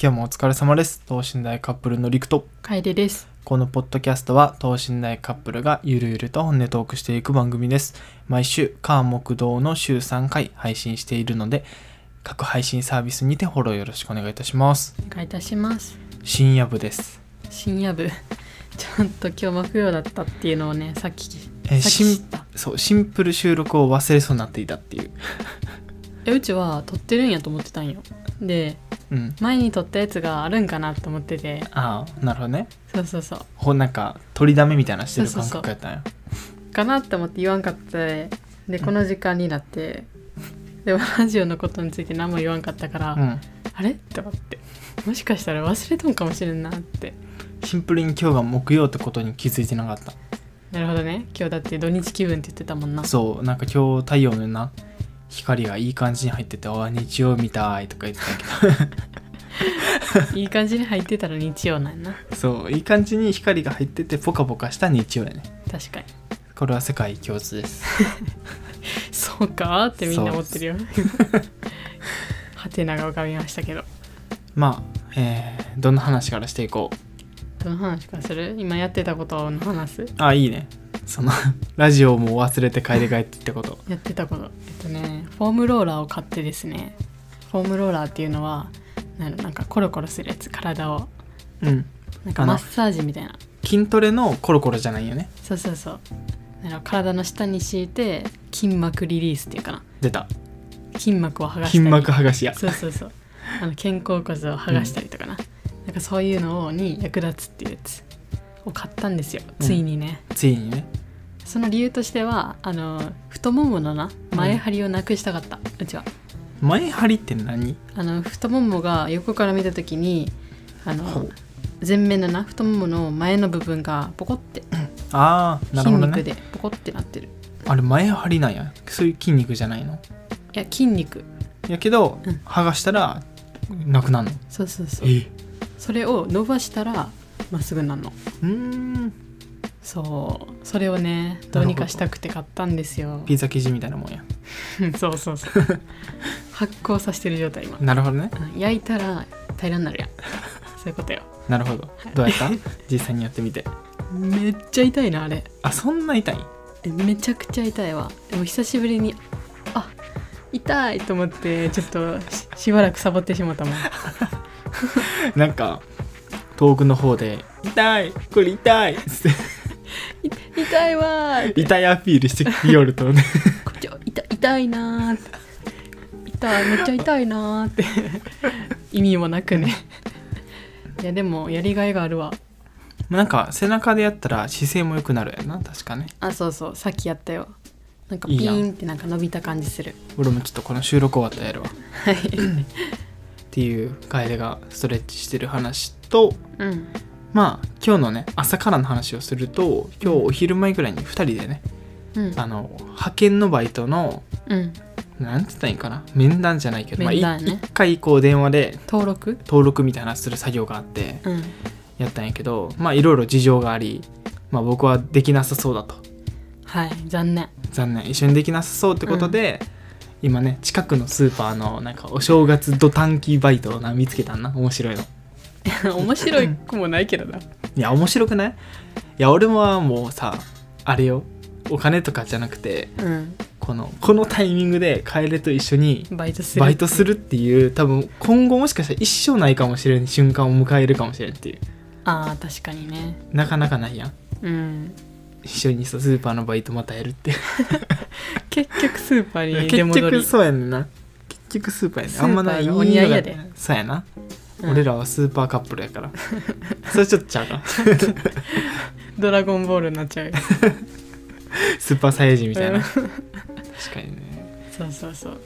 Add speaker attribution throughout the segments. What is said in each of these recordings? Speaker 1: 今日もお疲れ様です等身大カップルのりくと
Speaker 2: 楓です。
Speaker 1: このポッドキャストは等身大カップルがゆるゆると本音トークしていく番組です毎週火木道の週3回配信しているので各配信サービスにてフォローよろしくお願いいたします
Speaker 2: お願いいたします。
Speaker 1: 深夜部です
Speaker 2: 深夜部。 ちょっと今日木曜だったっていうのをね、さっき。さ
Speaker 1: えー
Speaker 2: っき知
Speaker 1: し
Speaker 2: っ
Speaker 1: ん
Speaker 2: た。い
Speaker 1: そうシンプル収録を忘れそうになっていたっていう
Speaker 2: やうちは撮ってるんやと思ってたんよ。で、
Speaker 1: うん
Speaker 2: 前に撮ったやつがあるんかなと思ってて。
Speaker 1: ああなるほどね
Speaker 2: そうそうそう。
Speaker 1: ほなんか取りだめみたいなのしてる
Speaker 2: そう
Speaker 1: 感
Speaker 2: そうそう
Speaker 1: 覚やったんや
Speaker 2: かなって思って言わんかったで、でこの時間になって。でもラジオのことについて何も言わんかったから、
Speaker 1: うん
Speaker 2: あれって思ってもしかしたら忘れとんかもしれんなって
Speaker 1: シンプルに今日が木曜ってことに気づいてなかった
Speaker 2: なるほどね今日だって土日気分って言ってたもんな
Speaker 1: そうなんか今日太陽のな光がいい感じに入ってて「あ日曜みたい」とか言ってたけ
Speaker 2: いい感じに入ってたら日曜なんやな
Speaker 1: ど そういい感じに光が入っててポカポカした日曜やね
Speaker 2: 確かに
Speaker 1: これは世界共通です
Speaker 2: そうかーってみんな思ってるよ。はてなが浮かびましたけど。
Speaker 1: まあえー、どんな話からしていこう
Speaker 2: どの話からする今やってたことの話す
Speaker 1: あいいねその ラジオも忘れて帰り帰ってってこと
Speaker 2: やってたこと。えっとね、フォームローラーを買ってですね、フォームローラーっていうのは、なのなんかコロコロするやつ、体を。
Speaker 1: うん
Speaker 2: なんか
Speaker 1: あの
Speaker 2: マッサージみたいな。
Speaker 1: 筋トレのコロコロじゃないよね
Speaker 2: そうそうそう。なの体の下に敷いて、筋膜リリースっていうかな。
Speaker 1: 出た
Speaker 2: 筋膜を剥がしたり
Speaker 1: 筋膜剥がしや
Speaker 2: そうそうそう。あの肩甲骨を剥がしたりとかな。なんかそういうのに役立つっていうやつを買ったんですよ。
Speaker 1: うん
Speaker 2: ついにね。
Speaker 1: ついにね
Speaker 2: その理由としてはあの太もものな前張りをなくしたかった、うちは。
Speaker 1: 前張りって何
Speaker 2: あの太ももが横から見た時にあ
Speaker 1: ほ
Speaker 2: の
Speaker 1: う
Speaker 2: 前面のな太ももの前の部分がポコって
Speaker 1: あ あなる
Speaker 2: 筋
Speaker 1: ほど
Speaker 2: 肉
Speaker 1: ね
Speaker 2: でポコってなってる。
Speaker 1: あれ前張りなんやそういう筋肉じゃないの
Speaker 2: いや筋肉
Speaker 1: やけど、
Speaker 2: うん
Speaker 1: 剥がしたらなくなるの
Speaker 2: そうそうそう
Speaker 1: え
Speaker 2: それを伸ばしたらまっすぐなるの
Speaker 1: うーん
Speaker 2: そうそれをねどうにかしたくて買ったんですよ
Speaker 1: ピザ生地みたいなもんや
Speaker 2: そうそうそう発酵させてる状態今
Speaker 1: なるほどね
Speaker 2: うん焼いたら平らになるやんそういうことよ
Speaker 1: なるほどどうやった 実際にやってみて
Speaker 2: めっちゃ痛いなあれ
Speaker 1: あそんな痛い
Speaker 2: えめちゃくちゃ痛いわでも久しぶりにあ痛いと思ってちょっとししばらくサボってしまったもん
Speaker 1: なんか遠くの方で「痛いこれ痛い」つっ
Speaker 2: い痛いわーって
Speaker 1: て 痛いアピールしてきよるとね
Speaker 2: こっちは痛い痛いなーって痛いめっちゃ痛いなーって意味もなくねいやでもやりがいがあるわ
Speaker 1: なんか背中でやったら姿勢も良くなるやんな確かね
Speaker 2: あそうそうさっきやったよなんか
Speaker 1: い
Speaker 2: ピ
Speaker 1: いやん
Speaker 2: ーンってなんか伸びた感じする
Speaker 1: 俺もちょっとこの収録終わったらやるわっ
Speaker 2: はい
Speaker 1: ていう楓がストレッチしてる話と
Speaker 2: うん
Speaker 1: まあ今日のね朝からの話をすると今日お昼前ぐらいに2人でね
Speaker 2: うん
Speaker 1: あの派遣のバイトの
Speaker 2: うん
Speaker 1: なんて言ったらいいんかな面談じゃないけど、まあ、い
Speaker 2: 面
Speaker 1: 一、
Speaker 2: 談ね
Speaker 1: 回こう電話で
Speaker 2: 登録
Speaker 1: 登録みたいな話する作業があって
Speaker 2: うん
Speaker 1: やったんやけどまあいろいろ事情があり、まあ、僕はできなさそうだと
Speaker 2: はい残念
Speaker 1: 残念一緒にできなさそうってことで、今ね近くのスーパーのなんかお正月ド短期バイトをな見つけたんな面白いの
Speaker 2: 面白いくもないけどない
Speaker 1: や面白くないいや俺はもうさあれよお金とかじゃなくて
Speaker 2: うん
Speaker 1: このこのタイミングでカエルと一緒に
Speaker 2: バイトする
Speaker 1: バイトするっていう多分今後もしかしたら一生ないかもしれん瞬間を迎えるかもしれんっていう
Speaker 2: あー確かにね
Speaker 1: なかなかないやん
Speaker 2: うん
Speaker 1: 一緒にさスーパーのバイトまたやるっていう
Speaker 2: 結局スーパーに
Speaker 1: 結
Speaker 2: 出戻り
Speaker 1: 局そうやねんな結局スーパーやねんあんまない
Speaker 2: スーパーがお似合いやで
Speaker 1: いいのがそうやな、
Speaker 2: うん
Speaker 1: 俺らはスーパーカップルやからそれちょっとちゃ うか
Speaker 2: ドラゴンボールになっちゃう
Speaker 1: スーパーサイヤ人みたいな
Speaker 2: うん
Speaker 1: 確かにね
Speaker 2: そうそうそう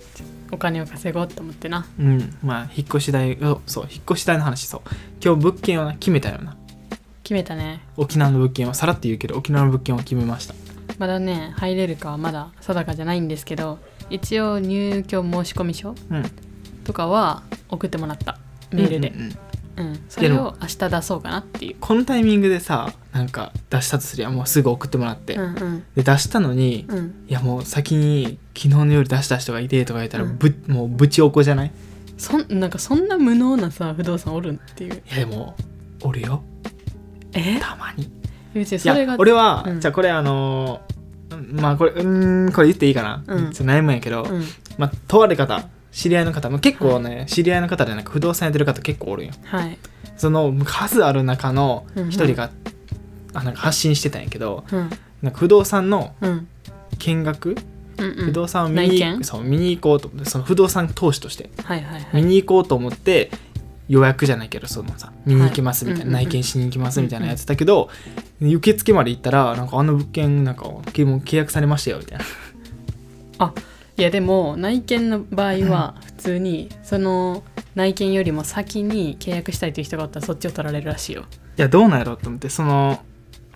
Speaker 2: お金を稼ごうと思ってな
Speaker 1: うんまあ引っ越し代そうそう引っ越し代の話そう今日物件をな決めたよな
Speaker 2: 決めたね
Speaker 1: 沖縄の物件をさらって言うけど沖縄の物件を決めました
Speaker 2: まだね入れるかはまだ定かじゃないんですけど一応入居申し込み書
Speaker 1: うん
Speaker 2: とかは送ってもらったメールで
Speaker 1: うん、うんうん
Speaker 2: うん、それを明日出そうかなっていう
Speaker 1: このタイミングでさなんか出したとすりゃもうすぐ送ってもらって、
Speaker 2: うんうん
Speaker 1: で出したのに、
Speaker 2: うん
Speaker 1: いやもう先に昨日の夜出した人がいてとか言ったら
Speaker 2: うん
Speaker 1: ぶ、もうぶちおこじゃない
Speaker 2: そんなんかそんな無能なさ不動産おるんっていう
Speaker 1: いやでもおるよ
Speaker 2: え
Speaker 1: たまにい
Speaker 2: 別にそれ
Speaker 1: や
Speaker 2: が
Speaker 1: 俺は、
Speaker 2: うん
Speaker 1: じゃあこれあのーうんまあこれうーんこれ言っていいかな、
Speaker 2: うん
Speaker 1: ちょっと悩むんやけど、
Speaker 2: うん
Speaker 1: まあとある方知り合いの方、まあ、結構ね、知り合いの方でなんか不動産やってる方結構おるんよ
Speaker 2: はい
Speaker 1: その数ある中の一
Speaker 2: うんう
Speaker 1: 人
Speaker 2: ん
Speaker 1: が、あなんか発信してたんやけど
Speaker 2: うん
Speaker 1: なんか不動産の
Speaker 2: うん
Speaker 1: 見学、
Speaker 2: うんうん
Speaker 1: 不動産を見に
Speaker 2: 内見
Speaker 1: そう見に行こうと思ってその不動産投資として
Speaker 2: はいはいは
Speaker 1: 見
Speaker 2: い
Speaker 1: に行こうと思って予約じゃないけどそのさ見に行きますみたいな、
Speaker 2: うんうんうん
Speaker 1: 内見しに行きますみたいなやつだけど、受付まで行ったらなんかあの物件なんかもう契約されましたよみた いな
Speaker 2: いやでも内見の場合は普通にその内見よりも先に契約したいという人がおったらそっちを取られるらしいよ
Speaker 1: いやどうなんやろうと思ってその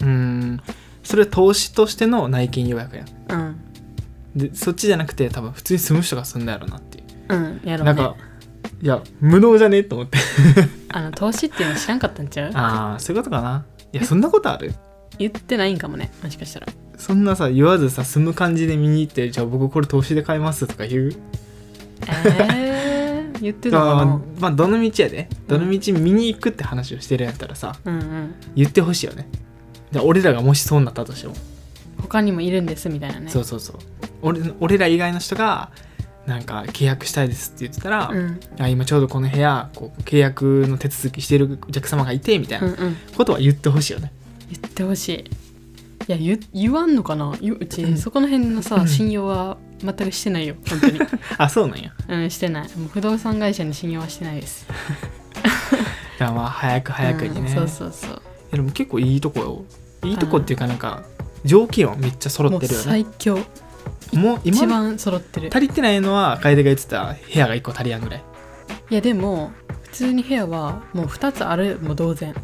Speaker 1: うーんそれは投資としての内見予約やん
Speaker 2: うん
Speaker 1: でそっちじゃなくて多分普通に住む人が住んだやろうなっていう、
Speaker 2: うんやろうね
Speaker 1: なんかいや無能じゃねえと思って
Speaker 2: あの投資っていうの知らんかったんちゃう
Speaker 1: ああそういうことかないやそんなことある
Speaker 2: 言ってないんかもねもしかしたら
Speaker 1: そんなさ言わずさ住む感じで見に行ってじゃあ僕これ投資で買いますとか言う
Speaker 2: えー、 言ってたか
Speaker 1: あ
Speaker 2: な
Speaker 1: ーまあどの道やでどの道見に行くって話をしてるんやったらさ
Speaker 2: うんうん
Speaker 1: 言ってほしいよねで俺らがもしそうなったとしても、
Speaker 2: 他にもいるんですみたいなね
Speaker 1: そうそうそう俺俺ら以外の人がなんか契約したいですって言ってたら、
Speaker 2: うん
Speaker 1: あ今ちょうどこの部屋こう契約の手続きしてるお客様がいてみたい
Speaker 2: うんう
Speaker 1: なんことは言ってほしいよね、
Speaker 2: 言ってほしいいや言言わんのかなゆう
Speaker 1: うん
Speaker 2: ちそこの辺の
Speaker 1: う
Speaker 2: さ
Speaker 1: ん
Speaker 2: 信用は全くしてないよ本当に
Speaker 1: あそうなんやだ
Speaker 2: うんしてないもう不動産会社に信用はしてないです
Speaker 1: からまあ早く早くにね、
Speaker 2: うんそうそうそう
Speaker 1: でも結構いいとこよいいとこっていうかなんか条件はめっちゃ揃
Speaker 2: も
Speaker 1: っ
Speaker 2: う
Speaker 1: てるよね
Speaker 2: 最強
Speaker 1: もう
Speaker 2: 一
Speaker 1: 今
Speaker 2: 番揃ってる
Speaker 1: 足りてないのは楓が言ってた部屋が1個足りやんぐら い
Speaker 2: いやでも普通に部屋はもう2つあるも同然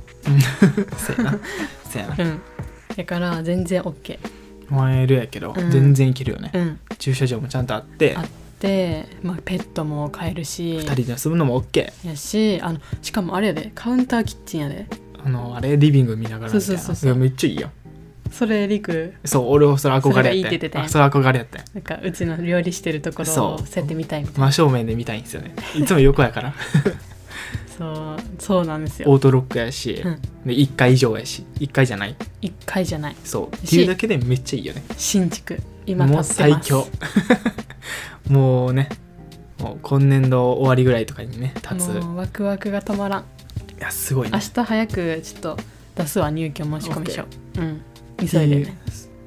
Speaker 1: せやなせやな
Speaker 2: うんだから全然 OK
Speaker 1: 1L やけど、
Speaker 2: うん
Speaker 1: 全然いけるよね、
Speaker 2: うん
Speaker 1: 駐車場もちゃんとあって
Speaker 2: あで、まあ、ペットも飼えるし
Speaker 1: 2人で住むのも OK
Speaker 2: やしあのしかもあれやでカウンターキッチンやで
Speaker 1: あのあれリビング見ながらみたい
Speaker 2: そう
Speaker 1: な
Speaker 2: そうそうそう
Speaker 1: いやめっちゃいいよ
Speaker 2: それりく
Speaker 1: そう俺はそれ憧れや
Speaker 2: それがいいって言ってたやん
Speaker 1: あそれ憧れやったんや
Speaker 2: なんかうちの料理してるところ
Speaker 1: そ
Speaker 2: を
Speaker 1: う
Speaker 2: そうやってみたいみたいな
Speaker 1: 真正面で見たいんですよねいつも横やから
Speaker 2: そうそうなんですよ、
Speaker 1: オートロックやし、
Speaker 2: うん、
Speaker 1: で1階以上やし1階じゃない
Speaker 2: 1階じゃない
Speaker 1: そうっ
Speaker 2: して
Speaker 1: いうだけでめっちゃいいよね
Speaker 2: 新築今
Speaker 1: も
Speaker 2: 建って
Speaker 1: う
Speaker 2: ます
Speaker 1: 最 強もうねもう今年度終わりぐらいとかにね立つ
Speaker 2: もうワクワクが止まらん
Speaker 1: いやすごいね
Speaker 2: 明日早くちょっと出すわ入居申し込み書うん急いでね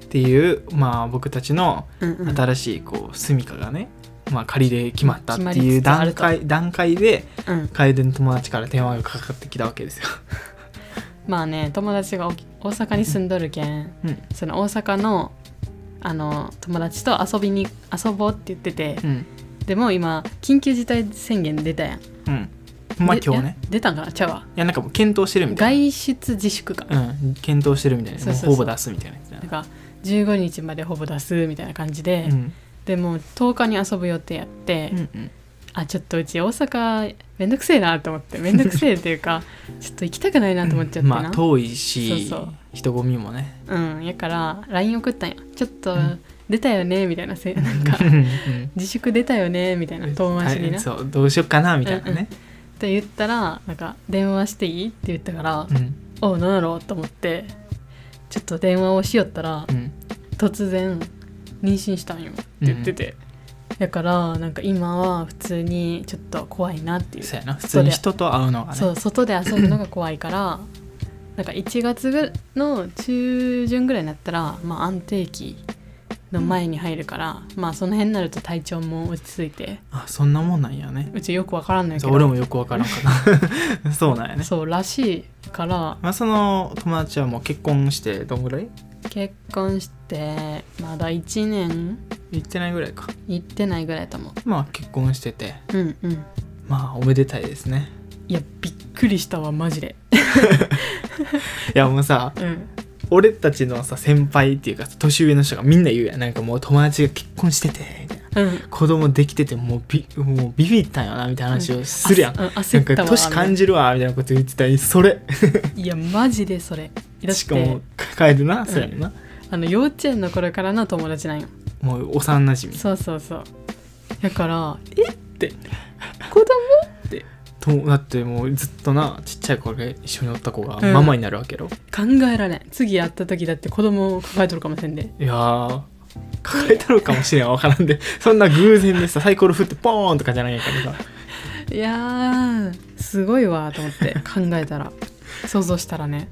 Speaker 1: っていうまあ僕たちの
Speaker 2: うんうん
Speaker 1: 新しいこう住処がね、まあ、仮で決まったって
Speaker 2: 決ま
Speaker 1: い
Speaker 2: り
Speaker 1: う
Speaker 2: つつあ
Speaker 1: 段
Speaker 2: ると
Speaker 1: 階段階で
Speaker 2: うん
Speaker 1: 楓の友達から電話がかかってきたわけですよ。
Speaker 2: まあね友達がお大阪に住んどるけん
Speaker 1: うん
Speaker 2: その大阪のあの友達と遊びに遊ぼうって言ってて
Speaker 1: うん
Speaker 2: でも今緊急事態宣言出たやん
Speaker 1: うんほんまあ
Speaker 2: で
Speaker 1: 今日ね
Speaker 2: いや出たんかなちゃうわ
Speaker 1: いやなんかもう検討してるみたい
Speaker 2: 外出自粛か
Speaker 1: な、うん、検討してるみたいな
Speaker 2: そうそうそう
Speaker 1: もうほぼ出すみたいなやつだ
Speaker 2: なん
Speaker 1: な
Speaker 2: か15日までほぼ出すみたいな感じで、
Speaker 1: うん
Speaker 2: でもう10日に遊ぶ予定やって、
Speaker 1: うんうん
Speaker 2: あちょっとうち大阪めんどくせえなと思ってめんどくせえっていう かちょっと行きたくないなと思っちゃってな、
Speaker 1: まあ遠いし
Speaker 2: そうそう
Speaker 1: 人混みもね
Speaker 2: うんやから LINE 送ったんやちょっと
Speaker 1: うん
Speaker 2: 出たよねみたいなせなんか自粛出たよねみたいな遠回しに
Speaker 1: は
Speaker 2: ないっ
Speaker 1: そうどうしよっかなみたいなね、
Speaker 2: て言ったらなんか電話していいって言ったから、
Speaker 1: うん
Speaker 2: おうなんやろうと思ってちょっと電話をしよったら
Speaker 1: うん
Speaker 2: 突然妊娠したんよって言ってて、だからなんか今は普通にちょっと怖いなっていう
Speaker 1: そうやな普通に人と会うのがね
Speaker 2: そう外で遊ぶのが怖 いからなんか1月ぐの中旬ぐらいになったら、まあ、安定期の前に入るから、まあその辺になると体調も落ち着いて
Speaker 1: あそんなもんなんやね
Speaker 2: うちよくわからんのやけ
Speaker 1: そう
Speaker 2: ど
Speaker 1: 俺もよくわからんかな そうなんやね
Speaker 2: そうらしいから
Speaker 1: まあ、その友達はもう結婚してどんぐらい
Speaker 2: 結婚してまだ1年
Speaker 1: 行ってないぐらいか
Speaker 2: 行ってないぐらいだと思
Speaker 1: まあ結婚してて
Speaker 2: ううんうん
Speaker 1: まあおめでたいですね
Speaker 2: いやびっくりしたわマジで
Speaker 1: いやもうさ
Speaker 2: うん
Speaker 1: 俺たちのさ先輩っていうか年上の人がみんな言うやんなんかもう友達が結婚しててみたいな
Speaker 2: うん
Speaker 1: 子供できててもうビもうビビったんよなみたいな話をするやん、
Speaker 2: あ
Speaker 1: な
Speaker 2: 焦
Speaker 1: ん
Speaker 2: った
Speaker 1: か
Speaker 2: わ
Speaker 1: 年感じるわみたいなこと言ってたりそれ
Speaker 2: いやマジでそれだっ
Speaker 1: しかも
Speaker 2: て
Speaker 1: 抱えるな、そうやんな
Speaker 2: あの幼稚園の頃からの友達なんよ
Speaker 1: もう幼なじみ
Speaker 2: そうそうそうだからえって子供って
Speaker 1: とだってもうずっとなちっちゃい頃で一緒におった子が
Speaker 2: うん
Speaker 1: ママになるわけよ、
Speaker 2: 考えられん次会った時だって子供を抱えとるかもしれんで
Speaker 1: いやー抱えたのかもしれんわからんで そんな偶然でさサイコロ振ってポーンとかじゃないからさ
Speaker 2: いやーすごいわと思って考えたら想像したらね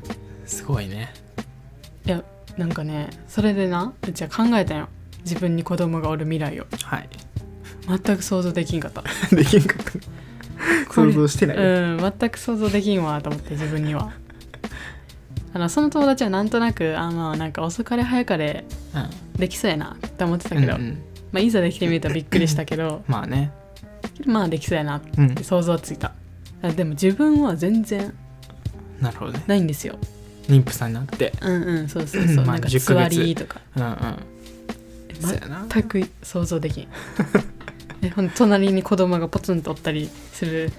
Speaker 1: すごいね
Speaker 2: いやなんかねそれでなうちは考えたんよ自分に子供がおる未来を
Speaker 1: はい
Speaker 2: 全く想像できんかった
Speaker 1: できんかった 想像してない、
Speaker 2: うん全く想像できんわと思って自分にはあのその友達はなんとなくあまあなんか遅かれ早かれ
Speaker 1: うん
Speaker 2: できそうやなって思ってたけど、
Speaker 1: うんうん
Speaker 2: まあ、いざできてみるとびっくりしたけ ど
Speaker 1: まあね
Speaker 2: まあできそうやなっ
Speaker 1: うん
Speaker 2: て想像はついたあでも自分は全然
Speaker 1: なるほどね
Speaker 2: ないんですよ
Speaker 1: 妊婦さんになって
Speaker 2: うんうんそうそうそう、
Speaker 1: まあ
Speaker 2: な
Speaker 1: 10
Speaker 2: んか
Speaker 1: ヶ
Speaker 2: つ
Speaker 1: 月
Speaker 2: わりとか
Speaker 1: うんうんそうやな
Speaker 2: 全く想像できんえほん隣に子供がポツンとおったりする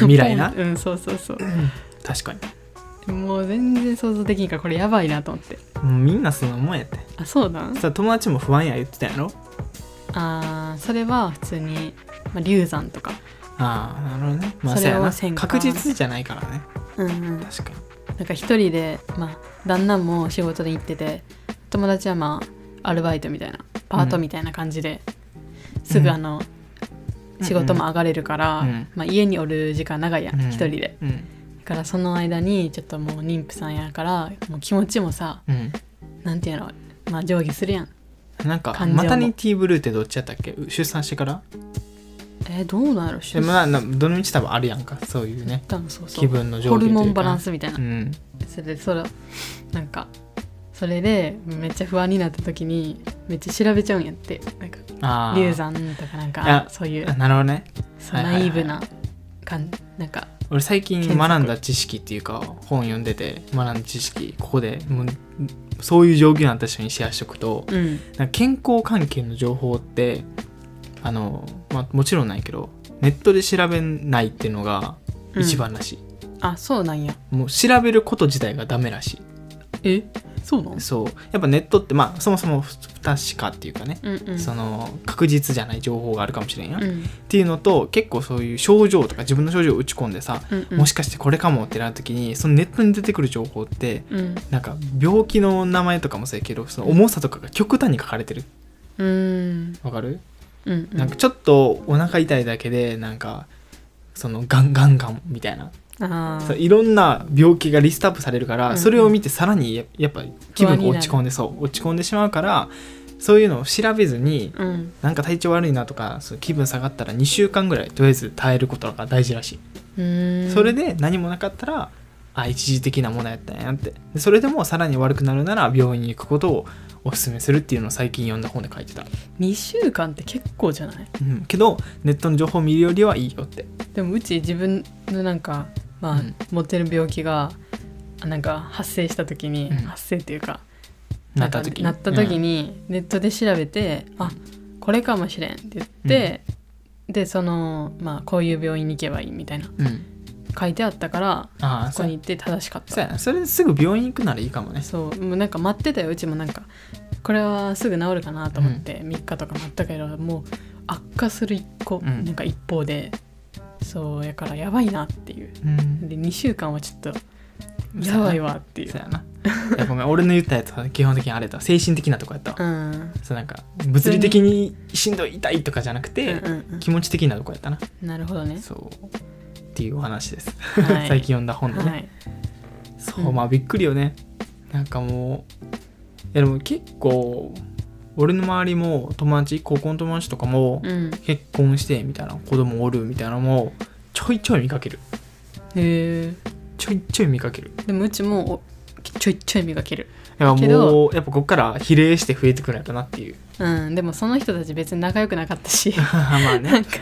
Speaker 1: 未来 な
Speaker 2: ポンうんそうそうそう
Speaker 1: 確かに
Speaker 2: もう全然想像できんからこれやばいなと思って
Speaker 1: もうみんなそんなもんやって
Speaker 2: あそうなん
Speaker 1: さ友達も不安や言ってたやろ
Speaker 2: あーそれは普通に、まあ、流産とか
Speaker 1: ああなるほどねまあ
Speaker 2: そ
Speaker 1: そう
Speaker 2: れ
Speaker 1: や
Speaker 2: を
Speaker 1: な
Speaker 2: 戦艦
Speaker 1: 確実じゃないからね
Speaker 2: うんうん
Speaker 1: 確か
Speaker 2: なんか一人で、まあ、旦那も仕事に行ってて友達はまあアルバイトみたいなパートみたいな感じで、すぐあの、仕事も上がれるから、
Speaker 1: うん
Speaker 2: まあ、家におる時間長いやん
Speaker 1: うん
Speaker 2: 一人で
Speaker 1: にうん
Speaker 2: だからその間にちょっともう妊婦さんやからもう気持ちもさ
Speaker 1: うん
Speaker 2: なんていうのまあ上下するやん
Speaker 1: なんか
Speaker 2: 感情も
Speaker 1: マタニティブルーってどっちやったっけ出産してから
Speaker 2: えーどうなんやろ
Speaker 1: で
Speaker 2: 出
Speaker 1: も
Speaker 2: 産
Speaker 1: ななどの道多分あるやんかそういうね
Speaker 2: 多分そうそう
Speaker 1: 気分の上
Speaker 2: ホ
Speaker 1: 下と
Speaker 2: ル
Speaker 1: いうか
Speaker 2: モンバランスみたいな
Speaker 1: うん
Speaker 2: それでそれなんかそれでめっちゃ不安になった時にめっちゃ調べちゃうんやってなんか
Speaker 1: ああ
Speaker 2: 流産とかなんか
Speaker 1: あ
Speaker 2: そういう
Speaker 1: あなるほどね
Speaker 2: そう
Speaker 1: はいはいは
Speaker 2: ナ
Speaker 1: い
Speaker 2: イーブな感なんか
Speaker 1: 俺最近学んだ知識っていうか本読んでて学んだ知識ここでもうそういう状況になった人にシェアしとくと
Speaker 2: うん
Speaker 1: なんか健康関係の情報ってあの、まあ、もちろんないけどネットで調べないっていうのが一番らしい、
Speaker 2: あそうなんや
Speaker 1: もう調べること自体がダメらし
Speaker 2: えそうなん
Speaker 1: いそうやっぱネットってまあそもそも不不確かっていうかね、
Speaker 2: うんうん
Speaker 1: その確実じゃない情報があるかもしれんや、
Speaker 2: う
Speaker 1: っ
Speaker 2: ん
Speaker 1: ていうのと結構そういう症状とか自分の症状を打ち込んでさ、
Speaker 2: うんうん
Speaker 1: もしかしてこれかもってなった時にそのネットに出てくる情報って
Speaker 2: うん
Speaker 1: なんか病気の名前とかもそうやけどその重さとかが極端に書かれてる
Speaker 2: うん
Speaker 1: わかる
Speaker 2: うん
Speaker 1: なんかちょっとお腹痛いだけでなんかそのガンガンガンみたいな、
Speaker 2: あ
Speaker 1: そう
Speaker 2: ー
Speaker 1: いろんな病気がリストアップされるから、
Speaker 2: うんうん
Speaker 1: それを見てさらにややっぱ気分が落ち込んでそう落ち込んでしまうからそういうのを調べずに
Speaker 2: うん
Speaker 1: なんか体調悪いなとかそう気分下がったら2週間ぐらいとりあえず耐えることが大事らしい、
Speaker 2: うん
Speaker 1: それで何もなかったらあ一時的なものやったんやってでそれでもさらに悪くなるなら病院に行くことをおすすめするっていうのを最近読んだ本で書いてた、
Speaker 2: 2週間って結構じゃない
Speaker 1: うん、けどネットの情報を見るよりはいいよって
Speaker 2: でもうち自分のなんか、まあ
Speaker 1: うん
Speaker 2: 持ってる病気があなんか発生した時に、
Speaker 1: うん
Speaker 2: 発生っていうか
Speaker 1: なった時に
Speaker 2: なった時にネットで調べて、あこれかもしれんって言って、でそのまあこういう病院に行けばいいみたいな
Speaker 1: うん、うん
Speaker 2: 書いてあったから
Speaker 1: ああ
Speaker 2: ここ
Speaker 1: そう
Speaker 2: に行って正しかっ
Speaker 1: そう
Speaker 2: た
Speaker 1: やなそれですぐ病院行くならいいかもね
Speaker 2: そうもうなんか待ってたようちもなんかこれはすぐ治るかなと思って3日とか待ったけど、もう悪化する一個、
Speaker 1: うん
Speaker 2: なんか一方でそうやからやばいなっていう
Speaker 1: うん
Speaker 2: で2週間はちょっとやばいわっていう
Speaker 1: そうやな そうやないやごめん俺の言ったやつは基本的にあれだ精神的なとこやったわ、
Speaker 2: うん
Speaker 1: そうなんか物理的にしんどい痛いとかじゃなくて、
Speaker 2: うんうん
Speaker 1: 気持ち的なとこやったな
Speaker 2: うんなるほどね
Speaker 1: そうっていうお話です、
Speaker 2: は
Speaker 1: 最
Speaker 2: い
Speaker 1: 近読んだ本でね、
Speaker 2: はい
Speaker 1: そう
Speaker 2: うん
Speaker 1: まあびっくりよねなんかもういやでも結構俺の周りも友達高校の友達とかも
Speaker 2: うん
Speaker 1: 結婚してみたいな子供おるみたいなのもちょいちょい見かける
Speaker 2: へ
Speaker 1: ちょいちょい見かける
Speaker 2: えでもうちもおちょいちょい磨ける
Speaker 1: だから
Speaker 2: け
Speaker 1: も
Speaker 2: ど
Speaker 1: うやっぱこっから比例して増えてくるんやろなっていう
Speaker 2: うんでもその人たち別に仲良くなかったし
Speaker 1: まあ
Speaker 2: な
Speaker 1: ね
Speaker 2: んか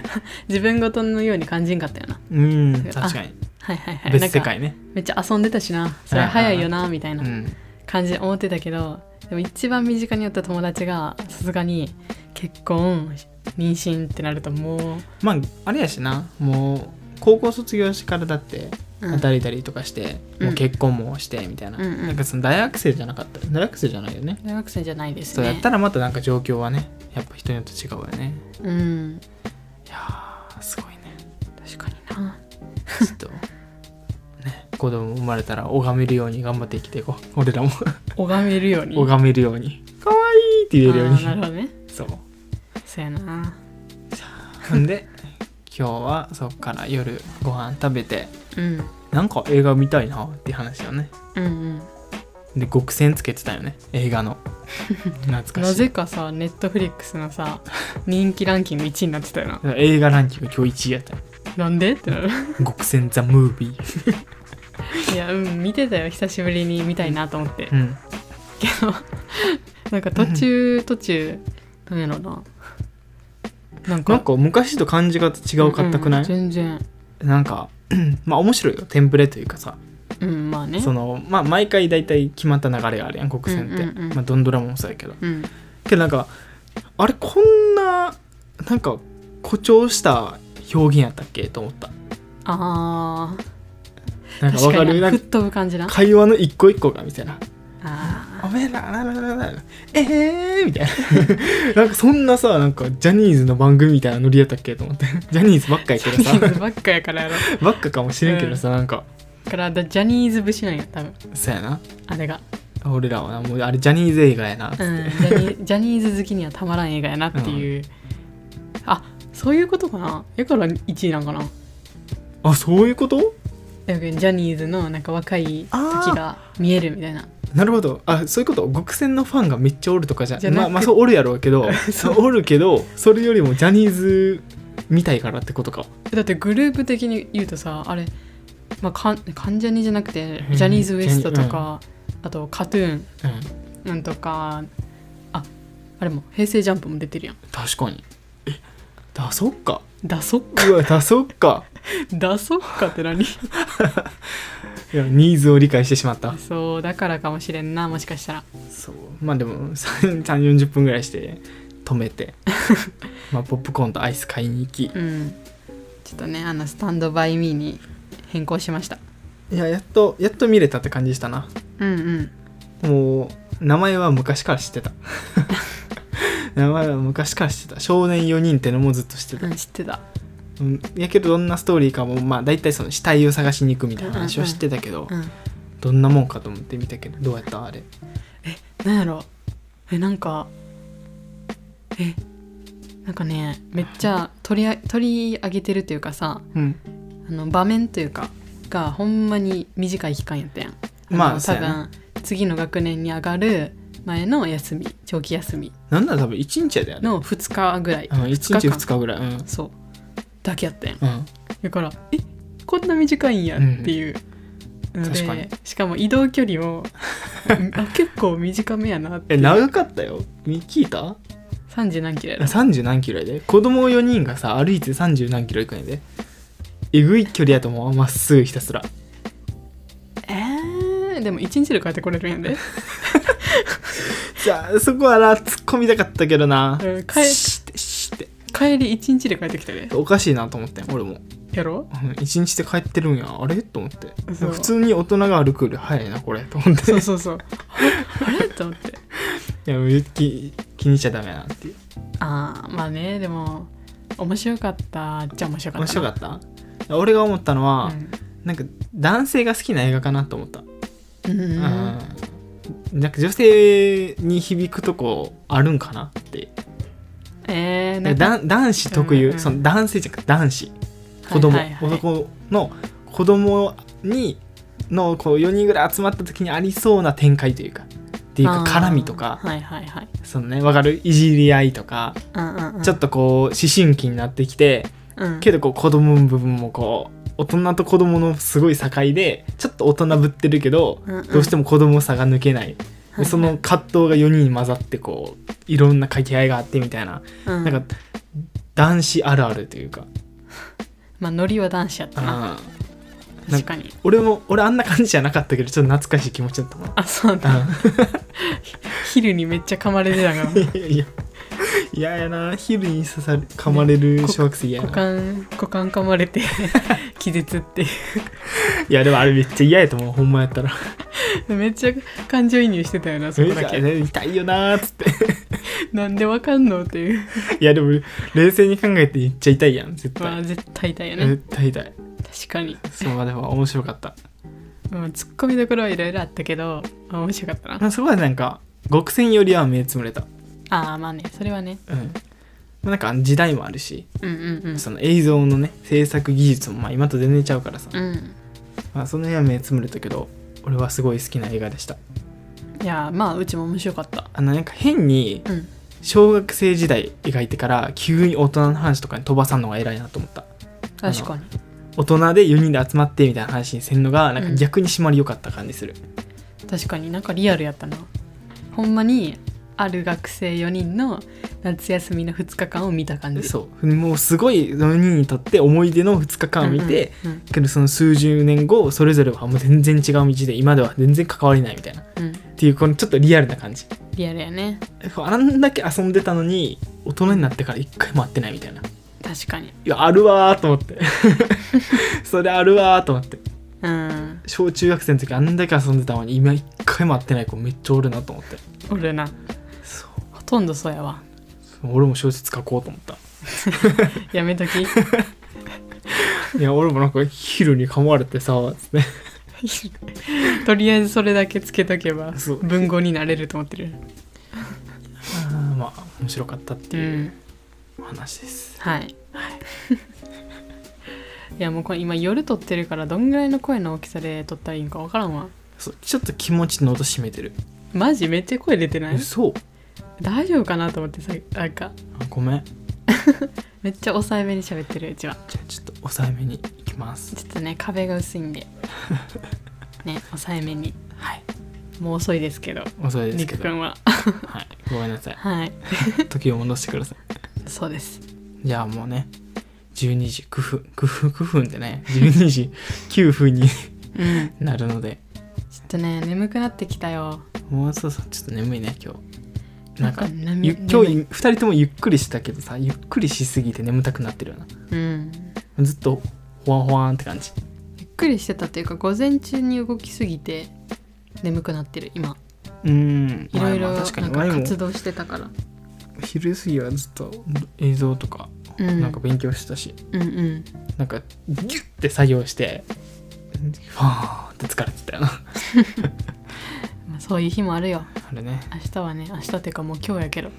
Speaker 2: 自分ごとのように感じんかったよな
Speaker 1: うん確かに
Speaker 2: はいはいはい
Speaker 1: 別世
Speaker 2: なんか
Speaker 1: 界ね
Speaker 2: めっちゃ遊んでたしなそれ早いよなみたいうなん感じで思ってたけどでも一番身近にあった友達がさすがに結婚妊娠ってなるともう、
Speaker 1: まああれやしなもう高校卒業してからだって
Speaker 2: うん
Speaker 1: だれたりとかして、
Speaker 2: うん
Speaker 1: もう結婚もしてみたいな、
Speaker 2: うんうん
Speaker 1: なんかその大学生じゃなかった大学生じゃないよね
Speaker 2: 大学生じゃないです
Speaker 1: そう
Speaker 2: ね
Speaker 1: やったらまたなんか状況はねやっぱ人によって違うよね
Speaker 2: うん
Speaker 1: いやーすごいねちょっと、ね、子供生まれたら拝めるように頑張って生きていこう俺らも
Speaker 2: 拝めるよう に
Speaker 1: 拝めるようにかわいいって言えるよう
Speaker 2: あーなる
Speaker 1: に
Speaker 2: ほどね
Speaker 1: そう
Speaker 2: そうやな
Speaker 1: ほん で今日はそっから夜ご飯食べて
Speaker 2: うん
Speaker 1: なんか映画見たいなって話よね
Speaker 2: うんうん
Speaker 1: で極戦つけてたよね映画の懐かしい
Speaker 2: なぜかさネットフリックス のさ人気ランキング1位になってたよな
Speaker 1: 映画ランキング今日1位やったよ
Speaker 2: なんでってな る
Speaker 1: 極戦ザ・ムービー
Speaker 2: いやうん見てたよ久しぶりに見たいなと思って
Speaker 1: うん
Speaker 2: けどなんか途中途中なんやろななん
Speaker 1: なんか昔と感じが違うかったくない、
Speaker 2: うんうん全然
Speaker 1: なんか まあ面白いよテンプレというかさ
Speaker 2: うんまあね
Speaker 1: そのまあ毎回大体決まった流れがあるやん国選って、
Speaker 2: うんうんうん
Speaker 1: まあ、どんドラマもそうやけど
Speaker 2: うん
Speaker 1: けどなんかあれこんななんか誇張した表現やったっけと思った
Speaker 2: あー
Speaker 1: なんかわかる
Speaker 2: 確か
Speaker 1: なん
Speaker 2: に
Speaker 1: か
Speaker 2: 吹っ飛ぶ感じな
Speaker 1: 会話の一個一個がみたいな「
Speaker 2: あ
Speaker 1: おめえららららららえー」みたいななんかそんなさなんかジャニーズの番組みたいなノリやったっけと思ってジャニーズばっかやけど
Speaker 2: ージャニーズ
Speaker 1: さ
Speaker 2: ばっかやからやろ
Speaker 1: ばっかかもしれんけどさ、なんか
Speaker 2: だからだジャニーズ節なんや多分
Speaker 1: そうやな
Speaker 2: あれが、
Speaker 1: 俺らはなもうあれジャニーズ映画やなっつ
Speaker 2: う
Speaker 1: っ
Speaker 2: ん、ジ
Speaker 1: て、
Speaker 2: ャニージャニーズ好きにはたまらん映画やなっていう、あそういうことかなやから1位なんかな
Speaker 1: あそういうこと
Speaker 2: だけどジャニーズのなんか若い時が見えるみたいな
Speaker 1: なるほどあそういうこと極戦のファンがめっちゃおるとかじゃ
Speaker 2: じゃなく
Speaker 1: まあまあそうおるやろうけど そうおるけどそれよりもジャニーズみたいからってことか
Speaker 2: だってグループ的に言うとさあれ、まあ、かん関ジャニじゃなくてジャニーズ WEST とか、あとカトゥーン
Speaker 1: うん
Speaker 2: なんとかああれも平成ジャンプも出てるやん
Speaker 1: 確かにえだそっか
Speaker 2: だ そっ
Speaker 1: うわだそっか
Speaker 2: だそっかって何
Speaker 1: いやニーズを理解してしまった
Speaker 2: そうだからかもしれんなもしかしたら
Speaker 1: そうまあでも3 4 0分ぐらいして止めて まあポップコーンとアイス買いに行き
Speaker 2: うんちょっとねあのスタンドバイミーに変更しました
Speaker 1: いややっとやっと見れたって感じしたな
Speaker 2: うんうん
Speaker 1: もう名前は昔から知って た名前は昔から知ってた少年4人ってのもずっと知ってた
Speaker 2: うん、知ってた
Speaker 1: うん、やけどどんなストーリーかもまあ大体その死体を探しに行くみたいな話は知ってたけど、
Speaker 2: うん
Speaker 1: どんなもんかと思って見たけどどうやったあれ
Speaker 2: なんやろえなんかえなんかねめっちゃ取りあ取り上げてるというかさ
Speaker 1: うん
Speaker 2: あの場面というかがほんまに短い期間やったやん
Speaker 1: まあ
Speaker 2: の
Speaker 1: そう
Speaker 2: 多
Speaker 1: やな
Speaker 2: 分次の学年に上がる前の休み長期休み
Speaker 1: なんなら多分1日やであれ、
Speaker 2: の2日ぐらい、
Speaker 1: うん、1日
Speaker 2: 二
Speaker 1: 2日ぐらいうん、
Speaker 2: そうだけやったやん
Speaker 1: うん、
Speaker 2: だからえこんな短いんやっていう、ので
Speaker 1: 確かに
Speaker 2: しかも移動距 離もあ結構短めやなって
Speaker 1: え長かったよみ聞いた
Speaker 2: 3時何キロやろ
Speaker 1: 30何キロやで子供4人がさ歩いて30何キロ行くんやでえぐい距離やと思うまっすぐひたすら
Speaker 2: えー、でも一日で帰ってこれるんやで
Speaker 1: じゃあそこはな突っ込みたかったけどな、
Speaker 2: うん帰
Speaker 1: シッてシッて
Speaker 2: 帰り一日で帰ってきたで
Speaker 1: おかしいなと思ってん俺も
Speaker 2: やろ
Speaker 1: うん一日で帰ってるんやあれと思って
Speaker 2: そう
Speaker 1: 普通に大人が歩くより早いなこれと思って
Speaker 2: そうそうそうあれあれと思って
Speaker 1: いやもう気気にしちゃダメやなっていう
Speaker 2: ああまあねでも面白かったっちゃ面白か
Speaker 1: 面
Speaker 2: った
Speaker 1: 白か
Speaker 2: っ
Speaker 1: った俺が思ったのは、なんか男性が好きな映画かなと思った、
Speaker 2: うん、うん
Speaker 1: う
Speaker 2: うんんうん、
Speaker 1: なんか女性に響くとこあるんかなって
Speaker 2: えー、
Speaker 1: なんかだん男子特有、
Speaker 2: うんうん
Speaker 1: その男性じゃなくて男子子供、
Speaker 2: はいはいはい
Speaker 1: 男の子供にのこう4人ぐらい集まった時にありそうな展開というかっていうか
Speaker 2: あー
Speaker 1: 絡みとか
Speaker 2: はいはいはい
Speaker 1: そのねわかるいじり合いとか、
Speaker 2: うんうんうん
Speaker 1: ちょっとこう思春期になってきて
Speaker 2: うん
Speaker 1: けどこう子供の部分もこう大人と子供のすごい境でちょっと大人ぶってるけど、
Speaker 2: うんうん
Speaker 1: どうしても子供さが抜けない、
Speaker 2: はいは
Speaker 1: で
Speaker 2: い
Speaker 1: その葛藤が4人混ざってこういろんな掛け合いがあってみたいな、
Speaker 2: うん
Speaker 1: なんか男子あるあるというか、
Speaker 2: まあノリは男子やったな
Speaker 1: あーなん
Speaker 2: 確かに
Speaker 1: 俺も俺あんな感じじゃなかったけどちょっと懐かしい気持ちだったもん
Speaker 2: あそうだ昼にめっちゃ噛まれてたから
Speaker 1: いやいや嫌やな昼に刺さる噛まれる小学生嫌や
Speaker 2: 股
Speaker 1: な
Speaker 2: 間股間噛まれて 気絶っていう
Speaker 1: いやでもあれめっちゃ嫌やと思うほんまやったら
Speaker 2: めっちゃ感情移入してたよなそこだけ
Speaker 1: 痛いよなーっつ って
Speaker 2: なんでわかんのっていう
Speaker 1: いやでも冷静に考えて言っちゃ痛いやん絶
Speaker 2: まあ
Speaker 1: 対
Speaker 2: 絶対だよね
Speaker 1: 絶対痛い
Speaker 2: 確かに、
Speaker 1: そうあれは面白かった
Speaker 2: うん、ツッコミどころはいろいろあったけどあ面白かったな
Speaker 1: あそこはなんか極戦よりは目つむれた
Speaker 2: ああまあねそれはね
Speaker 1: うんなんか時代もあるし
Speaker 2: うんうんうん
Speaker 1: その映像のね制作技術もまあ今と全然ちゃうからさ、
Speaker 2: うん
Speaker 1: まあ、その辺は目つむれたけど俺はすごい好きな映画でした
Speaker 2: いやーまあうちも面白かった
Speaker 1: あのなんか変に
Speaker 2: うん
Speaker 1: 小学生時代描いてから急に大人の話とかに飛ばさんのが偉いなと思った
Speaker 2: 確かに
Speaker 1: 大人で4人で集まってみたいな話にせんのがなんか逆に締まり良かった感じする、
Speaker 2: 確かになんかリアルやったなほんまにある学生4人の夏休みの2日間を見た感じ
Speaker 1: そうもうすごい4人にとって思い出の2日間を見て、
Speaker 2: うんうん
Speaker 1: けどその数十年後それぞれはもう全然違う道で今では全然関わりないみたいなっ
Speaker 2: うんうん
Speaker 1: ていうこのちょっとリアルな感じ
Speaker 2: リアルやね
Speaker 1: あんだけ遊んでたのに大人になってから一回も会ってないみたいない
Speaker 2: 確かに
Speaker 1: やあるわーと思って それあるわーと思って
Speaker 2: うん
Speaker 1: 小中学生の時あんだけ遊んでたのに今一回も会ってない子めっちゃおるなと思って
Speaker 2: 俺な
Speaker 1: そう
Speaker 2: ほとんどそうやわ
Speaker 1: 俺も小説書こうと思った
Speaker 2: やめとき
Speaker 1: いや俺もなんかヒルに噛まれてさつって
Speaker 2: とりあえずそれだけつけとけば
Speaker 1: そう
Speaker 2: 文豪になれると思ってる
Speaker 1: あーまあ面白かったって
Speaker 2: う
Speaker 1: いうんお話です、
Speaker 2: はい いやもうこれ今夜撮ってるからどんぐらいの声の大きさで撮ったらいいんかわからんわ
Speaker 1: そうちょっと気持ちの音締めてる
Speaker 2: マジめっちゃ声出てない
Speaker 1: 嘘
Speaker 2: 大丈夫かなと思ってさなんか
Speaker 1: あごめん
Speaker 2: めっちゃ抑えめに喋ってるうちは
Speaker 1: じゃあちょっと抑えめにいきます
Speaker 2: ちょっとね壁が薄いん でね抑えめに
Speaker 1: はい
Speaker 2: もう遅いですけど
Speaker 1: 遅いです
Speaker 2: り
Speaker 1: け
Speaker 2: く
Speaker 1: ど
Speaker 2: くんは
Speaker 1: はいごめんなさい
Speaker 2: はい
Speaker 1: 時を戻してください
Speaker 2: そうです
Speaker 1: じゃあもうね12時9分9分9分でね12時9分に
Speaker 2: うん
Speaker 1: なるので
Speaker 2: ちょっとね眠くなってきたよ
Speaker 1: もうそうそうちょっと眠いね今日なんか
Speaker 2: 眠
Speaker 1: ゆ
Speaker 2: い
Speaker 1: 今日2人ともゆっくりしたけどさゆっくりしすぎて眠たくなってるよ
Speaker 2: うん
Speaker 1: なずっとほわんほわんって感じ
Speaker 2: ゆっくりしてたっていうか午前中に動きすぎて眠くなってる今
Speaker 1: うん
Speaker 2: いろい
Speaker 1: まあま
Speaker 2: ろな
Speaker 1: あ
Speaker 2: ん
Speaker 1: 確
Speaker 2: か
Speaker 1: かにワイも
Speaker 2: 活動してたから、
Speaker 1: 昼過ぎはずっと映像とか
Speaker 2: うん、
Speaker 1: なんか勉強したし、
Speaker 2: うんうん
Speaker 1: なんかギュッて作業してファーって疲れてたよな
Speaker 2: まあ、そういう日もあるよ
Speaker 1: あれね
Speaker 2: 明日はね明日っていうかもう今日やけど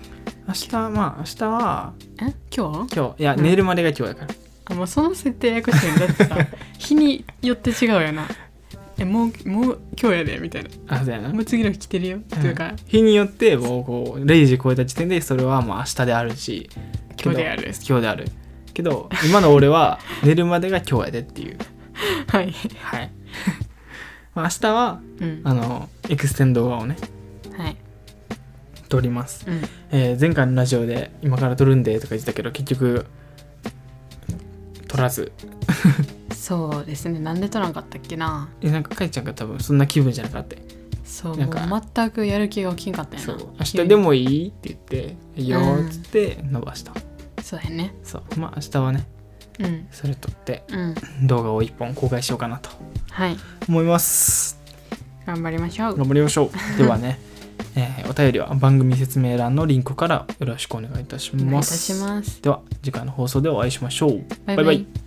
Speaker 1: 明日まあ明日は
Speaker 2: え今日
Speaker 1: 今日いや、
Speaker 2: うん
Speaker 1: 寝るまでが今日やから
Speaker 2: あもうその設定ややこしいよだっ てさ日によって違うよなえもうもう今日やでみたいな
Speaker 1: あそうやな
Speaker 2: もう次の日来てるよ、というか
Speaker 1: 日によってもうこう0時超えた時点でそれはもう明日であるしけど
Speaker 2: 今日である
Speaker 1: 今日であるけど今の俺は寝るまでが今日やでっていう
Speaker 2: はい、
Speaker 1: はい まあ明日は
Speaker 2: うん、
Speaker 1: あのエクステンド側をね
Speaker 2: はい、
Speaker 1: 撮ります、
Speaker 2: うん、
Speaker 1: えー前回のラジオで今から撮るんでとか言ってたけど結局撮らず
Speaker 2: そうですねなんで撮らんかったっけな
Speaker 1: えなんかかいちゃんが多分そんな気分じゃなかった
Speaker 2: そう
Speaker 1: な
Speaker 2: も
Speaker 1: んか
Speaker 2: う全くやる気が起きんかったよ
Speaker 1: そ
Speaker 2: な
Speaker 1: う明日でもいいって言って「いいよ」っつって伸ばした、
Speaker 2: そうやね
Speaker 1: そうまあ明日はね
Speaker 2: うん
Speaker 1: それ撮って
Speaker 2: うん
Speaker 1: 動画を1本公開しようかなと
Speaker 2: はい
Speaker 1: 思います
Speaker 2: 頑張りましょう
Speaker 1: 頑張りましょ うではね、えーお便りは番組説明欄のリンクからよろしくお願いいたし
Speaker 2: お願いい
Speaker 1: ま
Speaker 2: た
Speaker 1: す
Speaker 2: します
Speaker 1: では次回の放送でお会いしましょう
Speaker 2: バイバイ